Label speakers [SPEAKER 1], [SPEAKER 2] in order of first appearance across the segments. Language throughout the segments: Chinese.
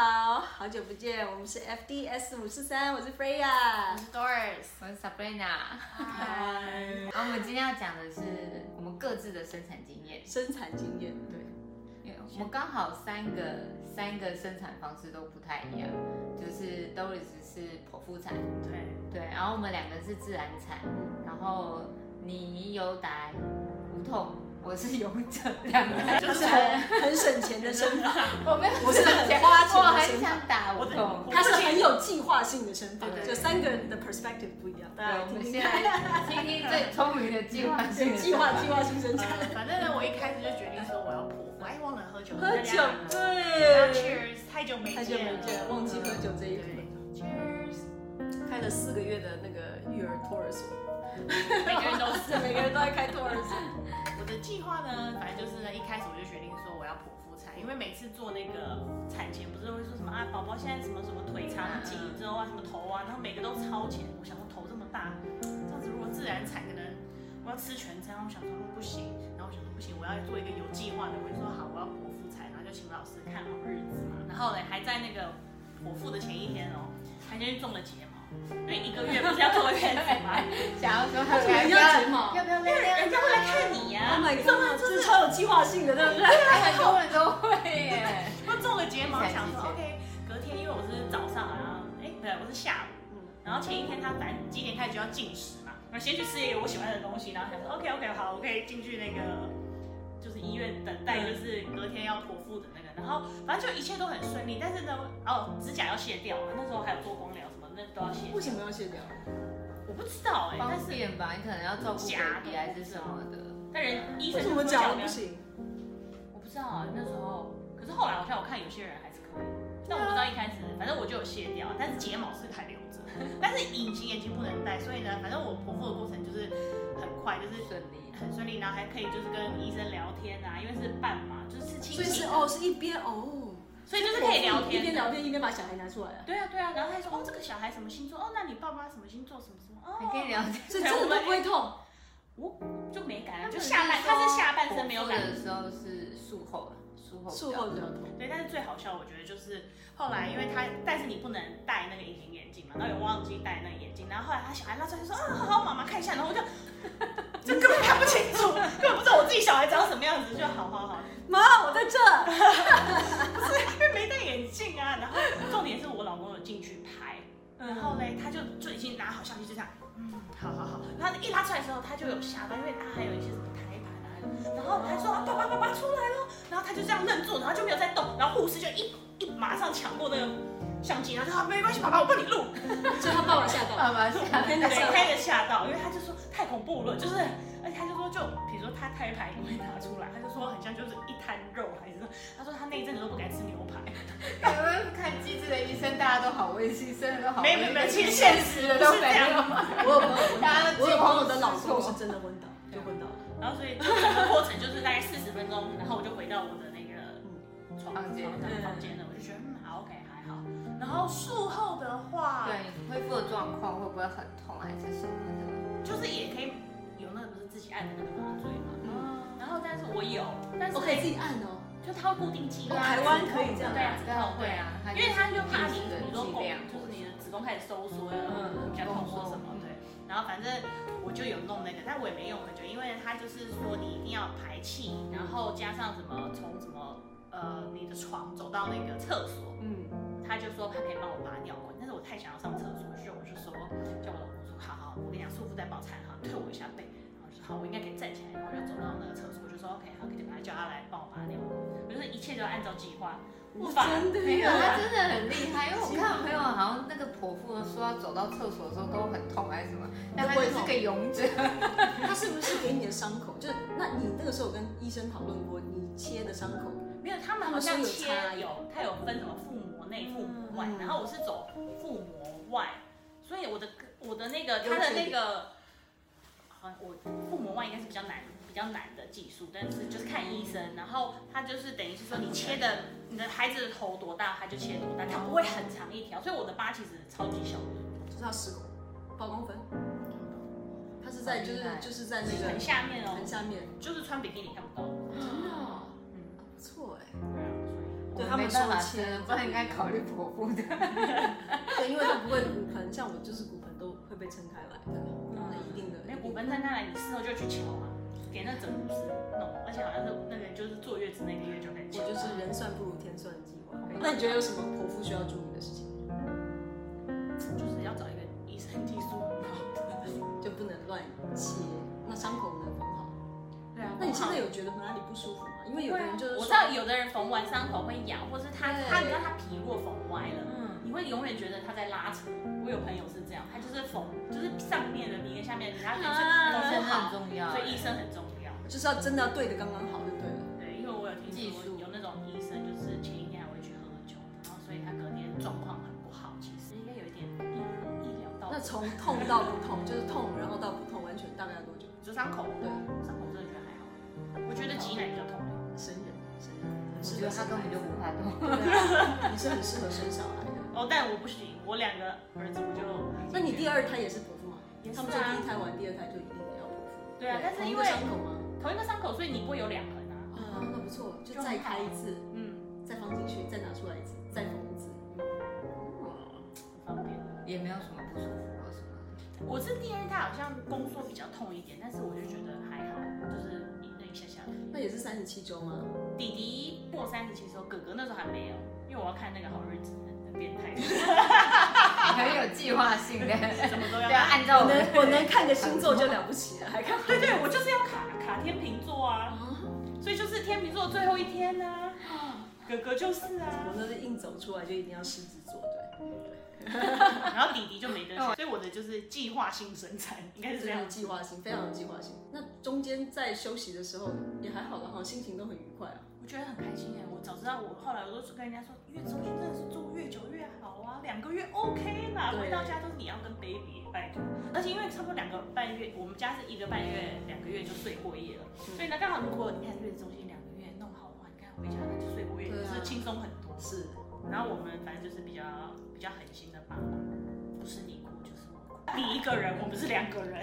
[SPEAKER 1] 好久不见，我们是 FDS 五四三，我是 Freya
[SPEAKER 2] 我。是 Doris，
[SPEAKER 3] 我是 Sabrina，
[SPEAKER 1] 嗨，
[SPEAKER 3] 然后我们今天要讲的是我们各自的生产经验，
[SPEAKER 1] 生产经验，
[SPEAKER 3] 对，因为我们刚好三个三个生产方式都不太一样，就是 Doris 是剖腹产，
[SPEAKER 2] 对，
[SPEAKER 3] 对，然后我们两个是自然产，然后你有打无痛，我是勇者，两个
[SPEAKER 2] 就
[SPEAKER 1] 就是是很很省钱的生法，
[SPEAKER 3] 我没有
[SPEAKER 1] 我是很花钱的
[SPEAKER 3] 我很
[SPEAKER 1] 生法
[SPEAKER 3] 想打无痛
[SPEAKER 2] 我。
[SPEAKER 1] 它是很有计划性的生法
[SPEAKER 2] 对，对
[SPEAKER 1] 就三个人的 perspective 不一样，
[SPEAKER 3] 对，
[SPEAKER 1] 大家来
[SPEAKER 3] 我
[SPEAKER 1] 听
[SPEAKER 3] 们
[SPEAKER 1] 听
[SPEAKER 3] 现在听听最聪明的计划性的
[SPEAKER 1] 计划计
[SPEAKER 3] 划，
[SPEAKER 1] 划性生
[SPEAKER 2] 呃
[SPEAKER 1] 产，
[SPEAKER 2] 反正呢，我一开始就决定说我要剖腹，哎，忘了喝酒，
[SPEAKER 1] 喝酒
[SPEAKER 2] 大家
[SPEAKER 1] 对，
[SPEAKER 2] Cheers，太久没
[SPEAKER 1] 太久
[SPEAKER 2] 见
[SPEAKER 1] 没
[SPEAKER 2] 了，
[SPEAKER 1] 见，忘记喝酒这一
[SPEAKER 2] 对
[SPEAKER 1] 步了。
[SPEAKER 2] ，Cheers，
[SPEAKER 1] 开了四个月的那个育儿托儿所，
[SPEAKER 2] 每个人都是。
[SPEAKER 1] 每个人都在开托儿 所。
[SPEAKER 2] 我的计划呢，反正就是呢，一开始我就决定说我要剖腹产，因为每次做那个产前不是会说什么啊，宝宝现在什么什么腿长几周啊，什么头啊，然后每个都超前。我想说头这么大，这样子如果自然产可能我要吃全餐，我想说嗯不行，然后我想说不行，我要做一个有计划的，我就说好我要剖腹产，然后就请老师看好日子嘛，然后嘞还在那个剖腹的前一天哦，还先去种了睫毛，因为一个月不是要做月子 吗？
[SPEAKER 3] 想要说他
[SPEAKER 1] 为什么要哎睫毛
[SPEAKER 3] 要不要
[SPEAKER 2] 因为
[SPEAKER 3] 亮亮？
[SPEAKER 2] 人家会来看啊你呀、
[SPEAKER 1] Oh my
[SPEAKER 2] 你
[SPEAKER 1] god，
[SPEAKER 2] 怎么就
[SPEAKER 1] 这
[SPEAKER 2] 是
[SPEAKER 1] 超有计划性的，对不对？
[SPEAKER 3] 很多人都会 耶。
[SPEAKER 2] 我种了睫毛，
[SPEAKER 3] 谢谢
[SPEAKER 2] 想
[SPEAKER 3] 谢
[SPEAKER 2] 说
[SPEAKER 3] 谢
[SPEAKER 2] OK，隔天因为我是早上啊，哎、不对，我是下午，
[SPEAKER 1] 嗯
[SPEAKER 2] 然后前一天他反正几点开始就要进食嘛，我先去吃一个我喜欢的东西，然后想说 OK OK 好，我可以进去那个就是医院等待，就是隔天要剖腹的那个，然后反正就一切都很顺利，但是呢，哦，指甲要卸掉嘛，那时候还有做光疗什么，那都要卸，
[SPEAKER 1] 为什么要卸掉？
[SPEAKER 2] 我不知道哎、但
[SPEAKER 3] 方
[SPEAKER 2] 是
[SPEAKER 3] 便吧？你可能要照顾 baby 还是什么的。
[SPEAKER 2] 但人医
[SPEAKER 1] 为
[SPEAKER 2] 生
[SPEAKER 1] 什
[SPEAKER 2] 就
[SPEAKER 1] 么
[SPEAKER 2] 说脚
[SPEAKER 1] 脚
[SPEAKER 2] 不
[SPEAKER 1] 不
[SPEAKER 2] 要
[SPEAKER 1] 行？
[SPEAKER 2] 我不知道啊，那时候，可是后来好像我看有些人还是可以，但我不知道一开始，反正我就有卸掉，但是睫毛是还留着， 但是隐形眼镜不能戴，所以呢，反正我剖腹的过程就是很快，就是
[SPEAKER 3] 顺利
[SPEAKER 2] 很顺利，然后还可以就是跟医生聊天啊，因为是伴嘛，就是亲
[SPEAKER 1] 所以
[SPEAKER 2] 戚
[SPEAKER 1] 是，哦，是一边哦，
[SPEAKER 2] 所以就是可以聊
[SPEAKER 1] 一边
[SPEAKER 2] 天。
[SPEAKER 1] 聊天一边把小孩拿出来啊。
[SPEAKER 2] 对啊对啊，然后他说哦这个小孩什么星座哦，那你爸爸什么星座什么什么
[SPEAKER 3] 还可以
[SPEAKER 2] 哦，
[SPEAKER 3] 聊天。
[SPEAKER 1] 所以真的都不会痛，
[SPEAKER 2] 就没感啊染，就下半他是下半身没有感
[SPEAKER 3] 我做的时候是术后了，术后
[SPEAKER 1] 术后比较痛。
[SPEAKER 2] 对，但是最好笑，我觉得就是后来，因为他，但是你不能戴那个隐形眼镜嘛，然后有忘记戴那个眼镜，然后后来他小孩拉出来就说，啊，好好，妈妈看一下，然后我就，就根本看不清楚，根本不知道我自己小孩长什么样子，就好好好，
[SPEAKER 1] 妈，我在这。
[SPEAKER 2] 因为没戴眼镜啊，然后重点是我老公有进去拍，然后嘞，他就就已经拿好相机就这样，嗯，好好好，然后一拉出来的时候，他就有吓到，因为他还有一些什么胎盘啊，然后他说啊爸爸爸爸出来了，然后他就这样愣住，然后就没有再动，然后护士就一一马上抢过那个相机，然后他说没关系，爸爸我帮你录，
[SPEAKER 1] 所以他爸爸吓到，
[SPEAKER 3] 爸爸下来
[SPEAKER 1] 真的
[SPEAKER 2] 对，
[SPEAKER 1] 吓
[SPEAKER 2] 他
[SPEAKER 1] 到。
[SPEAKER 2] 也吓到，因为他就说太恐怖了，就是，而且他就说就比如说他胎盘也会拿出来，他就说很像就是一滩肉还是，他说他那一阵子都不敢吃牛排。
[SPEAKER 3] 有没有看《机智的医生》？大家都好温馨，真的都好温
[SPEAKER 2] 没
[SPEAKER 3] 馨。
[SPEAKER 2] 没没，其实现
[SPEAKER 3] 现
[SPEAKER 2] 实
[SPEAKER 3] 实的都没有。
[SPEAKER 1] 我有朋友昏倒
[SPEAKER 3] 大家，
[SPEAKER 1] 我有朋友的
[SPEAKER 3] 惊慌
[SPEAKER 1] 老
[SPEAKER 3] 失
[SPEAKER 1] 公
[SPEAKER 3] 措
[SPEAKER 1] 是真的昏倒，就昏倒了。
[SPEAKER 2] 然后所以整个过程就是大概四十分钟，然后我就回到我的那个床
[SPEAKER 3] 房间
[SPEAKER 2] 床房间了，我就觉得嗯好 OK 还好。然后术后的话，
[SPEAKER 3] 对，你恢复的状况会不会很痛还是什么
[SPEAKER 2] 就是也可以有那个不是自己按的那个麻醉嘛，
[SPEAKER 1] 嗯
[SPEAKER 2] 然后但是我有，但是
[SPEAKER 1] 我可以自己按哦。
[SPEAKER 2] 就它会固定剂
[SPEAKER 3] 哦
[SPEAKER 2] 量，
[SPEAKER 3] 台湾
[SPEAKER 1] 可以这样
[SPEAKER 2] 对啊止
[SPEAKER 3] 的？，
[SPEAKER 2] 痛会啊，因为它就怕你
[SPEAKER 3] 的
[SPEAKER 2] 你说
[SPEAKER 3] 剂
[SPEAKER 2] 拱，
[SPEAKER 3] 量，
[SPEAKER 2] 就是你的子宫开始收缩，
[SPEAKER 1] 嗯
[SPEAKER 2] 比较痛或什么
[SPEAKER 3] 嗯
[SPEAKER 2] 对。然后反正我就有弄那个，但我也没用很久，因为它就是说你一定要排气，然后加上什么从什么呃你的床走到那个厕所，
[SPEAKER 1] 嗯，
[SPEAKER 2] 他就说他可以帮我拔尿管，但是我太想要上厕所，所以我就说叫我老公说好好，我跟你讲，叔父在帮我缠好，你推我一下背，然后就说好，我应该可以站起来，然后我就走到那个厕所，我就说 OK 好，可以把他叫他来帮我拔尿管，我就是一切都按照计划，无法
[SPEAKER 1] 真的
[SPEAKER 3] 没有，
[SPEAKER 1] 啊
[SPEAKER 3] 他真的很厉害，因为我看我朋友好像那个婆婆说要走到厕所的时候都很痛还是什么，但她就是个勇者，
[SPEAKER 1] 他是不是给你的伤口？就是那你那个时候有跟医生讨论过，你切的伤口
[SPEAKER 2] 没有，他们好像切有，它有分什么腹膜内、腹膜外，
[SPEAKER 1] 嗯
[SPEAKER 2] 然后我是走腹膜外，所以我的我的那个
[SPEAKER 1] 优
[SPEAKER 2] 它的
[SPEAKER 1] 缺点
[SPEAKER 2] 那个，好像我腹膜外应该是比较难比较难的技术，但是就是看医生，然后他就是等于是说你切的你的孩子的头多大，他就切多大，它不会很长一条，所以我的疤其实超级小，
[SPEAKER 1] 就是要十包公分，
[SPEAKER 2] 嗯
[SPEAKER 1] 他是在就是
[SPEAKER 3] 好厉害
[SPEAKER 1] 就是在那
[SPEAKER 2] 是很
[SPEAKER 1] 个
[SPEAKER 2] 下面哦
[SPEAKER 1] 很，下面，
[SPEAKER 2] 就是穿比基尼看不到，
[SPEAKER 1] 真的哦
[SPEAKER 2] 嗯，
[SPEAKER 1] 不错哎。
[SPEAKER 2] 对啊，所以
[SPEAKER 3] 我
[SPEAKER 1] 对他们
[SPEAKER 3] 没办法
[SPEAKER 1] 收切
[SPEAKER 3] 吃，不然应该考虑剖腹的。
[SPEAKER 1] 对，因为它不会骨盆，像我就是骨盆都会被撑开来的，那一定的。
[SPEAKER 2] 那骨盆站开来，你事后就去瞧啊，给那整骨师弄，而且好像是那个就是坐月子那个月就可以
[SPEAKER 1] 我
[SPEAKER 2] 瞧。
[SPEAKER 1] 就是人算不如天算计划。
[SPEAKER 3] OK
[SPEAKER 1] 那你觉得有什么剖腹需要注意的事情？
[SPEAKER 2] 就是要找一个医生技术很好的。
[SPEAKER 1] 就不能乱切，那伤口能缝好。
[SPEAKER 2] 对啊
[SPEAKER 1] 那你现在有觉得哪里不舒服吗？因为有的人就是
[SPEAKER 2] 我
[SPEAKER 1] 说
[SPEAKER 2] 知道有的人缝完伤口会痒，或是他
[SPEAKER 1] 对
[SPEAKER 2] 他你知道他皮如果缝歪了，
[SPEAKER 3] 嗯，
[SPEAKER 2] 你会永远觉得他在拉扯。我有朋友是这样，他就是缝，就是上面的皮跟下面的皮，他就是
[SPEAKER 3] 医
[SPEAKER 2] 缝
[SPEAKER 3] 生
[SPEAKER 2] 不
[SPEAKER 3] 很
[SPEAKER 2] 好，
[SPEAKER 3] 重要
[SPEAKER 2] 所，以医生很重啊要。
[SPEAKER 1] 就是要真的要对的刚刚好就对了。
[SPEAKER 2] 对，因为我有听
[SPEAKER 3] 技
[SPEAKER 2] 说
[SPEAKER 3] 术
[SPEAKER 2] 有那种医生，就是前一天还会去喝酒，然后所以他隔天状况很不好，其实应该有一点医医疗到
[SPEAKER 1] 那从痛到不痛，就是痛然后到不痛，完全大概要多久？
[SPEAKER 2] 就伤口，
[SPEAKER 1] 对，
[SPEAKER 2] 伤口真的觉得还好，我觉得挤奶比较痛。
[SPEAKER 1] 生人，生人，
[SPEAKER 3] 我
[SPEAKER 1] 很适
[SPEAKER 3] 觉
[SPEAKER 1] 合
[SPEAKER 3] 得他
[SPEAKER 1] 生
[SPEAKER 3] 根
[SPEAKER 1] 孩
[SPEAKER 3] 本就
[SPEAKER 1] 子。
[SPEAKER 3] 无法动。
[SPEAKER 1] 对啊你是很适合生小孩的。
[SPEAKER 2] 哦，但我不行，我两个儿子我就
[SPEAKER 1] 那你第二胎也是剖腹吗？
[SPEAKER 2] 也是
[SPEAKER 1] 他们说第一
[SPEAKER 2] 啊，
[SPEAKER 1] 胎完，第二胎就一定得要剖腹。
[SPEAKER 2] 对啊，但是
[SPEAKER 1] 同一
[SPEAKER 2] 因
[SPEAKER 1] 个
[SPEAKER 2] 为
[SPEAKER 1] 伤口吗？
[SPEAKER 2] 同一个伤口，所以你不会有两痕啊。
[SPEAKER 1] 啊，那不错，就再开一次，
[SPEAKER 2] 嗯，
[SPEAKER 1] 再放进去，再拿出来一次，再缝一次。
[SPEAKER 2] 很方便。
[SPEAKER 3] 也没有什么不舒服或什么 的。
[SPEAKER 2] 我是第二胎好像宫缩比较痛一点，但是我就觉得还好，就是那一下下。
[SPEAKER 1] 那也是三十七周吗？
[SPEAKER 2] 弟弟过三十七时候，哥哥那时候还没有，因为我要看那个好日子，很变 态，
[SPEAKER 3] 很有计划性的，
[SPEAKER 2] 什么都要
[SPEAKER 3] 对，要
[SPEAKER 2] 看。
[SPEAKER 3] 按照
[SPEAKER 1] 啊我
[SPEAKER 3] 我们
[SPEAKER 1] 能我能看个星座就了不起了，还看
[SPEAKER 2] 对对，我就是要卡卡天秤座啊，
[SPEAKER 1] 啊？
[SPEAKER 2] 所以就是天秤座最后一天呢、啊，哥哥就是啊，
[SPEAKER 1] 我那是硬走出来就一定要狮子座，对，
[SPEAKER 2] 然后弟弟就没得选，
[SPEAKER 1] 嗯
[SPEAKER 2] 所以我的就是计划性生产，应该是这
[SPEAKER 1] 非常
[SPEAKER 2] 样
[SPEAKER 1] 有。计划性，非常有计划性。那中间在休息的时候也还好了哈，心情都很愉快啊。
[SPEAKER 2] 我觉得很开心哎，我早知道我后来我都跟人家说，越周期真的是住越久越好啊，两个月 OK 啦，
[SPEAKER 1] 对
[SPEAKER 2] 回到家都是你要跟 baby 拜托，而且因为差不多两个半月，我们家是一个半月两个月就睡过夜了，
[SPEAKER 1] 嗯
[SPEAKER 2] 所以呢刚好如果你看月子中心两个月弄好的话，你看回家那就睡过夜，
[SPEAKER 1] 对啊
[SPEAKER 2] 就是轻松很多。
[SPEAKER 1] 是，
[SPEAKER 2] 然后我们反正就是比较比较狠心的爸妈，不是你哭就是我哭，你一个人，我们是两个人，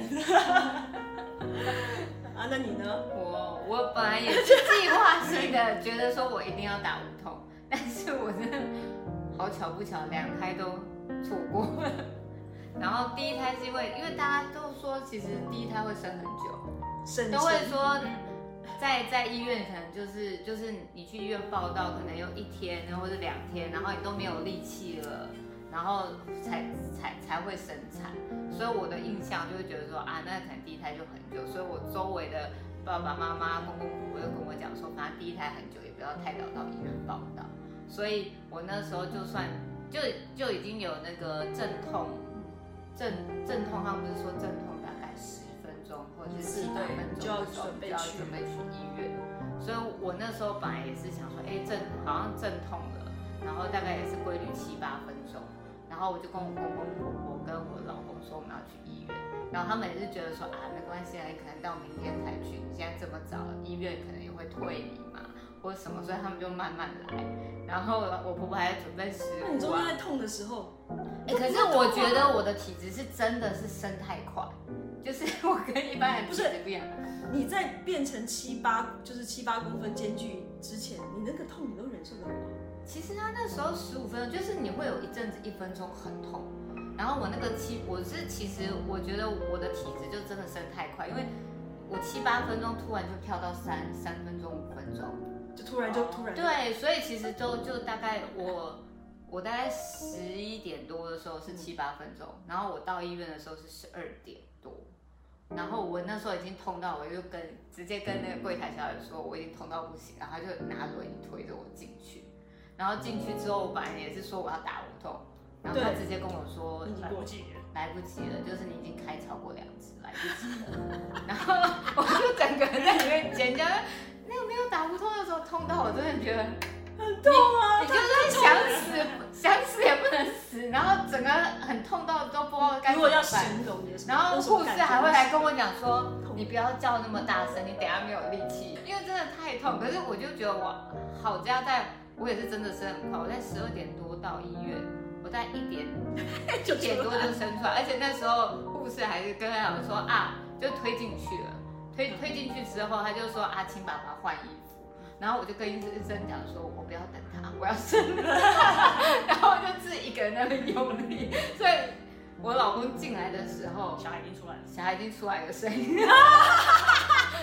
[SPEAKER 1] 嗯啊，那你呢？
[SPEAKER 3] 我我本来也是计划性的，觉得说我一定要打无痛，但是我真的好巧不巧，两胎都错过了。 然后第一胎是因为，因为大家都说其实第一胎会生很久，
[SPEAKER 1] 省
[SPEAKER 3] 都会
[SPEAKER 1] 钱
[SPEAKER 3] 说在在医院可能就是就是你去医院报道，可能有一天或者两天，然后你都没有力气了，然后才才才会生产。所以我的印象就会觉得说啊，那可能第一胎就很久。所以我周围的爸爸妈妈、公公婆婆又跟我讲说，反正第一胎很久，也不要太早到医院报道。所以我那时候就算就就已经有那个阵痛，阵阵痛，他们不是说阵痛大概十分钟或者是
[SPEAKER 1] 是
[SPEAKER 3] 七八
[SPEAKER 1] 对
[SPEAKER 3] 分钟
[SPEAKER 1] 就要
[SPEAKER 3] 的时候
[SPEAKER 1] 准备
[SPEAKER 3] 就要
[SPEAKER 1] 去
[SPEAKER 3] 准备去医院。所以我那时候本来也是想说，哎、阵好像阵痛了，然后大概也是规律七八分钟，然后我就跟我公公婆婆跟我老公说我们要去医院，然后他们也是觉得说啊没关系啊，你可能到明天才去，你现在这么早，医院可能也会退你嘛，或什么，所以他们就慢慢来。然后我婆婆还在准备食
[SPEAKER 1] 那你中
[SPEAKER 3] 物
[SPEAKER 1] 间
[SPEAKER 3] 啊，
[SPEAKER 1] 在痛的时候，
[SPEAKER 3] 哎、可是我觉得我的体质是真的是升太快，就是 我跟一般人体质不一样。
[SPEAKER 1] 你在变成七八就是七八公分间距之前，你那个痛你都忍受得了吗？
[SPEAKER 3] 其实他那时候十五分钟，就是你会有一阵子一分钟很痛，然后我那个七，我是其实我觉得我的体质就真的升太快，因为我七八分钟突然就跳到三三分钟五分钟，
[SPEAKER 1] 就突然就突然，
[SPEAKER 3] 对，所以其实就就大概我我大概十一点多的时候是七八分钟，然后我到医院的时候是十二点多，然后我那时候已经痛到，我就跟直接跟那个柜台小姐说我已经痛到不行，然后她就拿轮椅推着我进去，然后进去之后我本来也是说我要打无痛，然后她
[SPEAKER 1] 对
[SPEAKER 3] 直接跟我说
[SPEAKER 1] 已经过
[SPEAKER 2] 记了。
[SPEAKER 3] 来不及了，就是你已经开超过两次，来不及了。 然后我就整个人在里面尖叫，那个没有打不通的时候，痛到我真的觉得很痛啊！ 你就是想死， 想死也不能死，然后整个很痛到都不知道该
[SPEAKER 1] 如
[SPEAKER 3] 怎
[SPEAKER 1] 果
[SPEAKER 3] 么
[SPEAKER 1] 要
[SPEAKER 3] 办。
[SPEAKER 1] 形容也是，
[SPEAKER 3] 然后
[SPEAKER 1] 有什么
[SPEAKER 3] 护士
[SPEAKER 1] 感觉
[SPEAKER 3] 还会来跟我讲说
[SPEAKER 1] 痛，
[SPEAKER 3] 你不要叫那么大声，你等下没有力气，因为真的太痛。可是我就觉得我好家在，我也是真的生很快，我在十二点多到医院，我在一点
[SPEAKER 1] 就
[SPEAKER 3] 一点
[SPEAKER 1] 出
[SPEAKER 3] 多
[SPEAKER 1] 来
[SPEAKER 3] 就生出来，而且那时候护士还是跟他讲说
[SPEAKER 1] 嗯
[SPEAKER 3] 啊，就推进去了，推推进去之后，他就说啊，请爸爸换衣服。然后我就跟医生讲说，我不要等他，
[SPEAKER 1] 嗯
[SPEAKER 3] 我要生了，然后就自己一个人在那边用力，所以我老公进来的时候，
[SPEAKER 2] 小孩已经出来了，
[SPEAKER 3] 小孩已经出来有声音，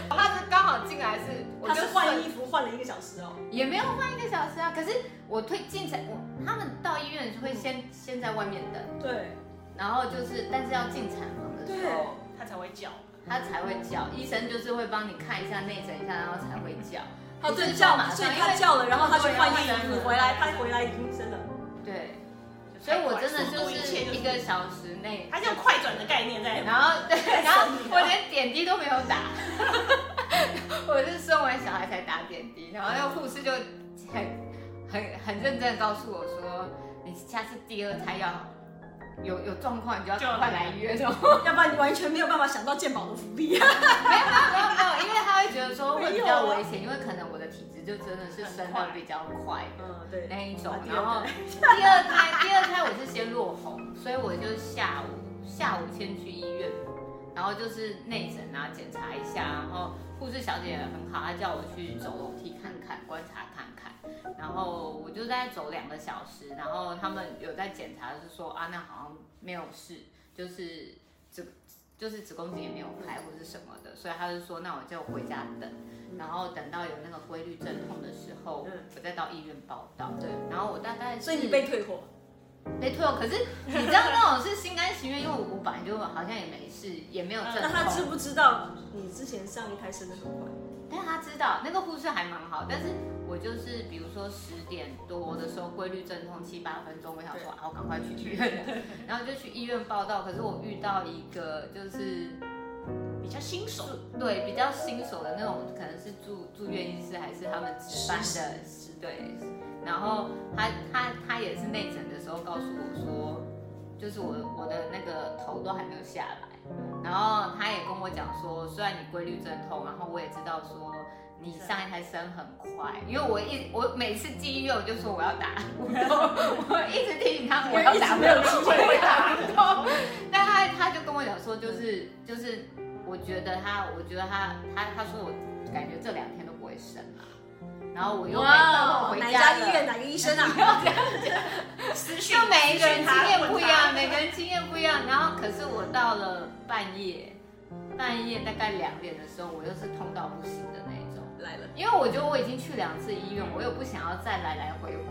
[SPEAKER 3] 他是刚好进来是，我
[SPEAKER 1] 他
[SPEAKER 3] 就是顺
[SPEAKER 1] 换衣服换了一个小时哦，
[SPEAKER 3] 也没有换一个小时啊，可是我推进才我他们到医院会先先在外面等，
[SPEAKER 1] 对，
[SPEAKER 3] 然后就是但是要进产房的时候，
[SPEAKER 1] 对
[SPEAKER 2] 他才会叫。
[SPEAKER 3] 他才会叫，医生就是会帮你看一下内诊一下，然后才会叫。
[SPEAKER 1] 他
[SPEAKER 3] 对
[SPEAKER 1] 哦对
[SPEAKER 3] 叫
[SPEAKER 1] 叫
[SPEAKER 3] 嘛
[SPEAKER 1] 嘛，
[SPEAKER 3] 所
[SPEAKER 1] 所
[SPEAKER 3] 以
[SPEAKER 1] 以
[SPEAKER 3] 他
[SPEAKER 1] 他叫了，然后他去换
[SPEAKER 3] 对
[SPEAKER 1] 衣服回来，他回来已经生了，
[SPEAKER 3] 对，
[SPEAKER 2] 就
[SPEAKER 3] 所以
[SPEAKER 2] 太
[SPEAKER 3] 我
[SPEAKER 2] 快
[SPEAKER 3] 真的
[SPEAKER 2] 速度
[SPEAKER 3] 就
[SPEAKER 2] 一切
[SPEAKER 3] 是一个小时内，
[SPEAKER 2] 他像快转的概念在。
[SPEAKER 3] 然后对，然后我连点滴都没有打，我是生完小孩才打点滴，然后那个护士就很很很认真地告诉我说，你下次第二胎要有有状况，你就要
[SPEAKER 2] 就要
[SPEAKER 3] 赶快来医院哦。
[SPEAKER 1] 要不然你完全没有办法想到健保的福利啊。
[SPEAKER 3] 没有没有没有，因为他会觉得说会比较危险，因为可能我的体质就真的是生的比较快
[SPEAKER 1] 嗯，对
[SPEAKER 3] 那一种
[SPEAKER 1] 啊，第二
[SPEAKER 3] 然后
[SPEAKER 1] 胎
[SPEAKER 3] 第二胎第二胎我是先落红，所以我就下午下午先去医院，然后就是内诊啊检查一下，然后护士小姐也很好，她叫我去走楼梯看看观察看看，然后我就在走两个小时，然后他们有在检查，就是说啊那好像没有事，就是子就是子宫颈也没有开或是什么的，所以他就说那我就回家等，然后等到有那个规律阵痛的时候
[SPEAKER 1] 嗯，
[SPEAKER 3] 我再到医院报道。
[SPEAKER 1] 对，
[SPEAKER 3] 然后我大概是
[SPEAKER 1] 所以你被退货，
[SPEAKER 3] 被退了，可是你知道那种是心甘情愿，因为我我本来就好像也没事，也没有阵
[SPEAKER 1] 嗯那他知
[SPEAKER 3] 痛，
[SPEAKER 1] 不知道你之前上一胎生的很快？
[SPEAKER 3] 但是他知道那个护士还蛮好，但是我就是比如说十点多的时候规律阵痛七八分钟，我想说啊，我赶快去医院了，然后就去医院报道，可是我遇到一个就是
[SPEAKER 2] 比较新手，
[SPEAKER 3] 对比较新手的那种，可能是住住院医师还是他们值班
[SPEAKER 1] 实
[SPEAKER 3] 的，对。然后他他他也是内诊的时候告诉我说，就是我我的那个头都还没有下来。然后他也跟我讲说，虽然你规律阵痛，然后我也知道说你上一胎生很快，因为我一我每次进医院我就说我要打 无痛，我一直提醒他们我要打无
[SPEAKER 1] 因为一直没有
[SPEAKER 3] 痛，
[SPEAKER 1] 机
[SPEAKER 3] 我
[SPEAKER 1] 会
[SPEAKER 2] 啊
[SPEAKER 3] 要打无痛。但他他就跟我讲说，就是就是我觉得他，我觉得他，他他说我感觉这两天都不会生了、然后我又没到回
[SPEAKER 1] 哪家
[SPEAKER 3] 家了
[SPEAKER 1] 医院哪个医生啊？
[SPEAKER 2] 私讯
[SPEAKER 3] 就每一个
[SPEAKER 2] 私讯
[SPEAKER 3] 人经
[SPEAKER 2] 他
[SPEAKER 3] 验不一样，
[SPEAKER 2] 问他
[SPEAKER 3] 每个人经验不一样。然后可是我到了半夜，半夜大概两点的时候，我又是痛到不行的那一种，
[SPEAKER 1] 来了，
[SPEAKER 3] 因为我觉得我已经去两次医院，我又不想要再来来回回。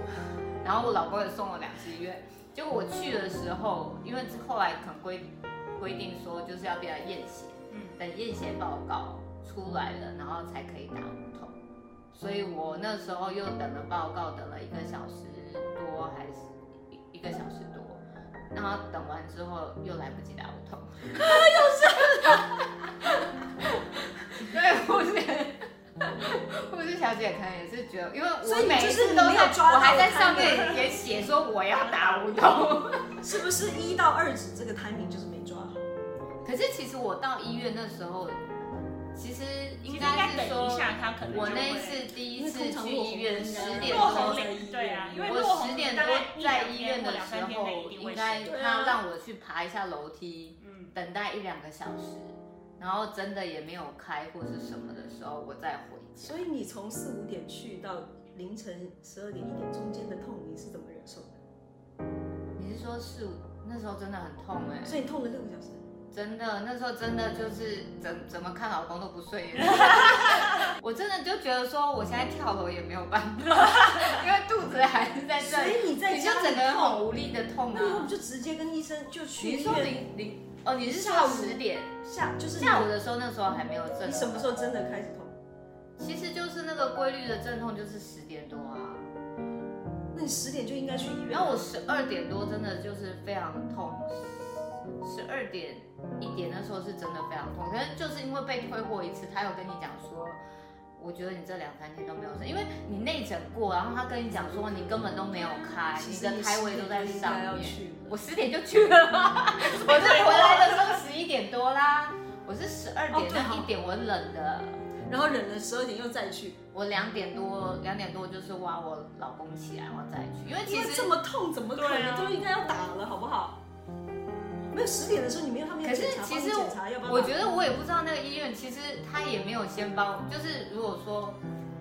[SPEAKER 3] 然后我老公也送我两次医院，结果我去的时候，因为后来可能规规定说就是要变成验血。
[SPEAKER 2] 嗯，
[SPEAKER 3] 等验血报告出来了，然后才可以打无痛。所
[SPEAKER 1] 哦
[SPEAKER 3] 以我那时候又等了报告，等了一个小时多，还是一一个小时多。然后等完之后又来不及打无 痛，又 生了。对，护士， 护士小姐可能也是觉得，因为
[SPEAKER 1] 所以
[SPEAKER 3] 我
[SPEAKER 1] 你
[SPEAKER 3] 每
[SPEAKER 1] 就
[SPEAKER 3] 一
[SPEAKER 1] 是
[SPEAKER 3] 次都
[SPEAKER 1] 没有
[SPEAKER 3] 在，
[SPEAKER 1] 抓到
[SPEAKER 3] 我还在
[SPEAKER 1] 她
[SPEAKER 3] 上
[SPEAKER 1] 的
[SPEAKER 3] 面也写说我要打无痛。
[SPEAKER 1] 是不是一到二指这个 timing 就是没抓好？
[SPEAKER 3] 可是其实我到医院那时候，其
[SPEAKER 2] 其
[SPEAKER 3] 实
[SPEAKER 2] 实
[SPEAKER 3] 应
[SPEAKER 2] 应
[SPEAKER 3] 该
[SPEAKER 2] 该
[SPEAKER 3] 是
[SPEAKER 2] 等
[SPEAKER 3] 说
[SPEAKER 2] 一，下，他可能就
[SPEAKER 3] 我
[SPEAKER 2] 会
[SPEAKER 3] 那一次第一次
[SPEAKER 1] 因为通常
[SPEAKER 3] 去
[SPEAKER 1] 落
[SPEAKER 3] 医院
[SPEAKER 1] 红灯
[SPEAKER 3] 十
[SPEAKER 1] 啊
[SPEAKER 3] 点
[SPEAKER 2] 落
[SPEAKER 3] 多
[SPEAKER 2] 红，领对啊，因为落
[SPEAKER 3] 我
[SPEAKER 2] 红
[SPEAKER 3] 十点
[SPEAKER 2] 大
[SPEAKER 3] 多
[SPEAKER 2] 概一
[SPEAKER 3] 在
[SPEAKER 2] 两
[SPEAKER 3] 医
[SPEAKER 2] 天
[SPEAKER 3] 院
[SPEAKER 2] 或
[SPEAKER 3] 的
[SPEAKER 2] 两
[SPEAKER 3] 时
[SPEAKER 2] 三天内
[SPEAKER 3] 候，
[SPEAKER 2] 一定会
[SPEAKER 3] 应该
[SPEAKER 2] 生
[SPEAKER 1] 对
[SPEAKER 3] 他
[SPEAKER 1] 啊
[SPEAKER 3] 让我去爬一下楼梯，
[SPEAKER 2] 嗯，
[SPEAKER 3] 等待一两个小时，然后真的也没有开或是什么的时候，我再回家
[SPEAKER 1] 所。以你从四五点去到凌晨十二点一点中间的痛，你是怎么忍受的？
[SPEAKER 3] 你是说是那时候真的很痛哎、
[SPEAKER 1] 所以你痛了六个小时，
[SPEAKER 3] 真的，那时候真的就是怎怎么看老公都不顺眼，我真的就觉得说我现在跳楼也没有办法，因为肚子还是在
[SPEAKER 1] 所
[SPEAKER 3] 这里，
[SPEAKER 1] 以你在
[SPEAKER 3] 你就
[SPEAKER 1] 家
[SPEAKER 3] 整个人
[SPEAKER 1] 痛，
[SPEAKER 3] 很无力的痛
[SPEAKER 1] 那你我
[SPEAKER 3] 啊
[SPEAKER 1] 们。就直接跟医生就去
[SPEAKER 3] 你
[SPEAKER 1] 医
[SPEAKER 3] 说
[SPEAKER 1] 院
[SPEAKER 3] 零零哦，你是
[SPEAKER 1] 下
[SPEAKER 3] 下
[SPEAKER 1] 午
[SPEAKER 3] 午十点，
[SPEAKER 1] 下就是
[SPEAKER 3] 下午的时候那时候还没有
[SPEAKER 1] 你
[SPEAKER 3] 阵
[SPEAKER 1] 你什么
[SPEAKER 3] 痛，
[SPEAKER 1] 时候真的开始痛？
[SPEAKER 3] 其实就是那个规律的阵痛就是十点多啊，
[SPEAKER 1] 那你十点就应该去医院。
[SPEAKER 3] 然后我十二点多真的就是非常痛，十二点一点那时候是真的非常痛，可能就是因为被推过一次，他有跟你讲说，我觉得你这两三天都没有生，因为你内诊过，然后他跟你讲说你根本都没有开，
[SPEAKER 1] 其
[SPEAKER 3] 你
[SPEAKER 1] 实
[SPEAKER 3] 的
[SPEAKER 1] 你
[SPEAKER 3] 胎位
[SPEAKER 1] 10
[SPEAKER 3] 都在
[SPEAKER 1] 就应
[SPEAKER 3] 上
[SPEAKER 1] 该要
[SPEAKER 3] 面。
[SPEAKER 1] 去了
[SPEAKER 3] 我十点就去了吗？ 我是回来的时候十一点多啦，我是十二
[SPEAKER 1] 哦
[SPEAKER 3] 点
[SPEAKER 1] 对
[SPEAKER 3] 那
[SPEAKER 1] 哦
[SPEAKER 3] 一点我冷的。
[SPEAKER 1] 然后忍了十二点又再去，
[SPEAKER 3] 我两点多，两点多就是挖我老公起来，我再去，因为其
[SPEAKER 1] 因为
[SPEAKER 3] 实
[SPEAKER 1] 这么痛，怎么可
[SPEAKER 2] 对
[SPEAKER 1] 能、
[SPEAKER 2] 啊
[SPEAKER 1] 都应该要打了，好不好？没有十点的时候，你没有他们要
[SPEAKER 3] 可是
[SPEAKER 1] 检查，
[SPEAKER 3] 其
[SPEAKER 1] 帮你
[SPEAKER 3] 实
[SPEAKER 1] 检查要不要打？
[SPEAKER 3] 我觉得我也不知道那个医院，其实他也没有先帮我，就是如果说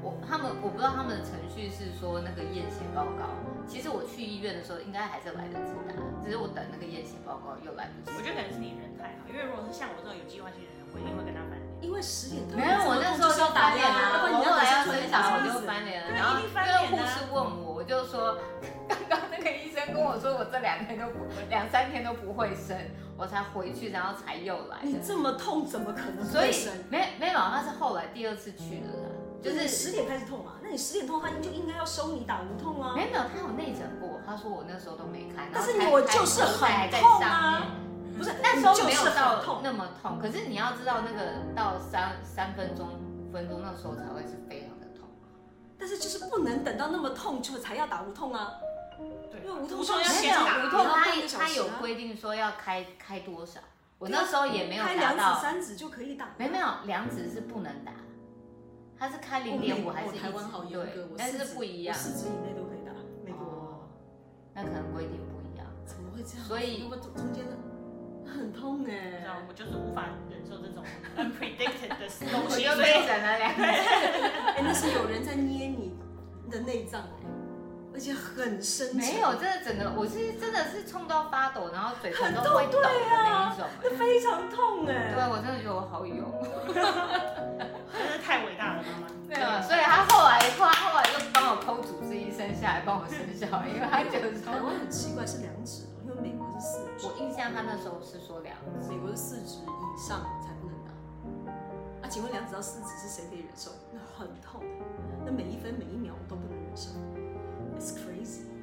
[SPEAKER 3] 我他们我不知道他们的程序是说那个验血报告，其实我去医院的时候应该还是来得及打，只是我等那个验血报告又来不及。
[SPEAKER 2] 我觉得可能是你人太好，因为如果是像我这种有计划性的人，我一定会跟他翻脸。
[SPEAKER 1] 因为十点多
[SPEAKER 3] 没有，我那时候
[SPEAKER 1] 就
[SPEAKER 3] 就翻脸
[SPEAKER 1] 要不然
[SPEAKER 3] 啊，我
[SPEAKER 1] 你
[SPEAKER 3] 后来要
[SPEAKER 1] 等
[SPEAKER 3] 生
[SPEAKER 1] 下
[SPEAKER 3] 小孩
[SPEAKER 1] 就
[SPEAKER 3] 我
[SPEAKER 1] 是
[SPEAKER 3] 就翻脸啊了，
[SPEAKER 2] 对
[SPEAKER 3] 然后
[SPEAKER 2] 一定翻脸啊
[SPEAKER 3] 因为护士问我，我就说， 刚刚那个医生跟我说我这两天都不两三天都不会生，我才回去，然后才又来
[SPEAKER 1] 你
[SPEAKER 3] 的，
[SPEAKER 1] 这么痛，怎么可能
[SPEAKER 3] 所
[SPEAKER 1] 嗯
[SPEAKER 3] 以
[SPEAKER 1] 会生？
[SPEAKER 3] 没没有，那是后来第二次去的啦，就
[SPEAKER 1] 你
[SPEAKER 3] 是
[SPEAKER 1] 十点开始痛嘛，那你十点痛，他就应该要收你打无痛啊。
[SPEAKER 3] 没有没有，他有内诊过，他说我那时候都没看，
[SPEAKER 1] 但是
[SPEAKER 3] 然
[SPEAKER 1] 我
[SPEAKER 3] 后才
[SPEAKER 1] 就是很痛啊，不是，
[SPEAKER 3] 才在上面那时候没
[SPEAKER 1] 你
[SPEAKER 3] 有
[SPEAKER 1] 就是很
[SPEAKER 3] 到
[SPEAKER 1] 痛，
[SPEAKER 3] 那么痛，可是你要知道那个到三三分钟五分钟那时候才会是非常的痛。
[SPEAKER 1] 但是就是不能等到那么痛就才要打无痛啊。
[SPEAKER 2] 对，
[SPEAKER 1] 因为无痛
[SPEAKER 2] 无
[SPEAKER 1] 伤
[SPEAKER 2] 要
[SPEAKER 1] 血
[SPEAKER 2] 先
[SPEAKER 1] 没有
[SPEAKER 2] 打
[SPEAKER 1] 无痛
[SPEAKER 3] 无
[SPEAKER 1] 它
[SPEAKER 3] 痛它
[SPEAKER 1] 它
[SPEAKER 3] 它
[SPEAKER 1] 有
[SPEAKER 3] 有
[SPEAKER 1] 规
[SPEAKER 3] 规定说要开开多少，我
[SPEAKER 1] 对啊
[SPEAKER 3] 那时候也没有
[SPEAKER 1] 开
[SPEAKER 3] 达
[SPEAKER 1] 两指
[SPEAKER 3] 到，
[SPEAKER 1] 三指就可以打，哦
[SPEAKER 3] 没有没有量子是不能打，它是开零点五
[SPEAKER 1] 我
[SPEAKER 3] 还是
[SPEAKER 1] 哦
[SPEAKER 3] 一
[SPEAKER 1] 我台湾好
[SPEAKER 3] 指
[SPEAKER 1] 严
[SPEAKER 3] 对
[SPEAKER 1] 格，我，
[SPEAKER 3] 但
[SPEAKER 1] 四
[SPEAKER 3] 是
[SPEAKER 1] 指
[SPEAKER 3] 不一样
[SPEAKER 1] 我。四指以内都可以打，美国
[SPEAKER 3] 哦，那可能规定不一样。
[SPEAKER 1] 怎么会这样？
[SPEAKER 3] 所以
[SPEAKER 1] 如果中中间的很痛
[SPEAKER 2] 你
[SPEAKER 1] 哎
[SPEAKER 2] 知道，，我就是无法忍受这种 unpredicted 的东
[SPEAKER 3] 我
[SPEAKER 2] 西，
[SPEAKER 3] 就
[SPEAKER 2] 所
[SPEAKER 3] 被
[SPEAKER 2] 以
[SPEAKER 3] 整了两 次。
[SPEAKER 1] 哎，那是有人在捏你的内脏哎，而且很深沉，
[SPEAKER 3] 没有，真的整个我是真的是痛到发抖，然后嘴唇都
[SPEAKER 1] 很痛啊
[SPEAKER 3] 会抖的那一种。
[SPEAKER 1] 非常痛哎。
[SPEAKER 3] 对，啊我真的觉得我好勇。
[SPEAKER 2] 真是太伟大了，妈妈。
[SPEAKER 3] 没
[SPEAKER 1] 啊
[SPEAKER 3] 有，啊所以他后来后来后来就帮我抠主治医生下来帮我生小孩，因为他觉得
[SPEAKER 1] 台
[SPEAKER 3] 说，
[SPEAKER 1] 湾很奇怪是两指哦，因为美国是四指。
[SPEAKER 3] 我印象他那时候是说两
[SPEAKER 1] 美国是四指以上才不能打。啊，请问两指到四指是谁可以忍受？那很痛，那每一分每一秒我都不能忍受。It's crazy。